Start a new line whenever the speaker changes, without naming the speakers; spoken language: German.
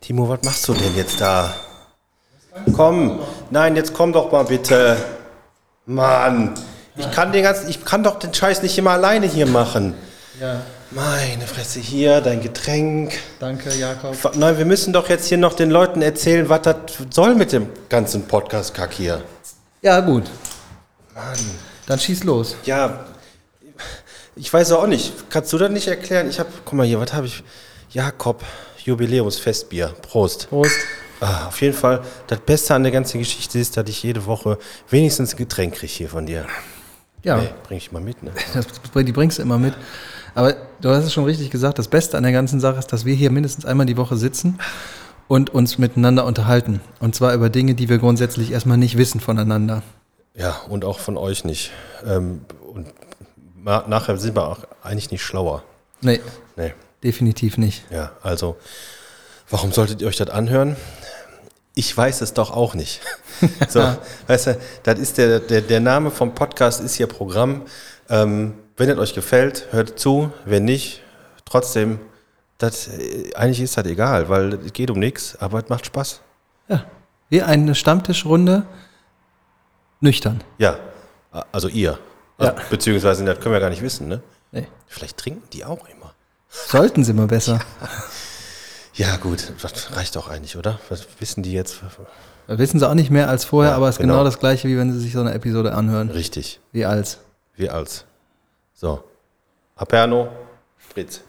Timo, was machst du denn jetzt da? Komm, nein, jetzt komm doch mal bitte. Mann, ich kann den ganzen, ich kann doch den Scheiß nicht immer alleine hier machen.
Ja,
Meine Fresse, hier, dein Getränk.
danke Jakob.
Wa- Nein, wir müssen doch jetzt hier noch den Leuten erzählen, was das soll mit dem ganzen Podcast-Kack hier.
Ja, gut.
Mann.
Dann schieß los.
Ja, ich weiß auch nicht. Kannst du das nicht erklären? Ich habe, guck mal hier, was habe ich? Jakob, Jubiläumsfestbier. Prost.
Prost.
Ah, auf jeden Fall, das Beste an der ganzen Geschichte ist, dass ich jede Woche wenigstens ein Getränk kriege hier von dir.
Ja,
Ey, bring ich mal mit, ne?
das, die bringst du immer mit. Aber du hast es schon richtig gesagt, das Beste an der ganzen Sache ist, dass wir hier mindestens einmal die Woche sitzen und uns miteinander unterhalten. Und zwar über Dinge, die wir grundsätzlich erstmal nicht wissen voneinander.
Ja, und auch von euch nicht. Ähm, und ma- nachher sind wir auch eigentlich nicht schlauer.
Nee,
Nee.
definitiv nicht.
Ja, also, warum solltet ihr euch das anhören? Ich weiß es doch auch nicht. So, weißt du, das ist der, der, der Name vom Podcast ist hier Programm. Ähm, wenn es euch gefällt, hört zu. Wenn nicht, trotzdem, das, äh, eigentlich ist das egal, weil es geht um nichts, aber es macht Spaß.
Ja. Wie eine Stammtischrunde nüchtern.
Ja, a- also ihr.
Ja.
Also, beziehungsweise, das können wir gar nicht wissen, ne?
Nee.
Vielleicht trinken die auch immer.
Sollten sie mal besser.
Ja, gut, das reicht doch eigentlich, oder? Was wissen die jetzt?
Da wissen sie auch nicht mehr als vorher,
Ja,
aber es ist genau.
genau
das gleiche, wie wenn sie sich so eine Episode anhören.
Richtig.
Wie als.
Wir als. So. Aperno, Fritz.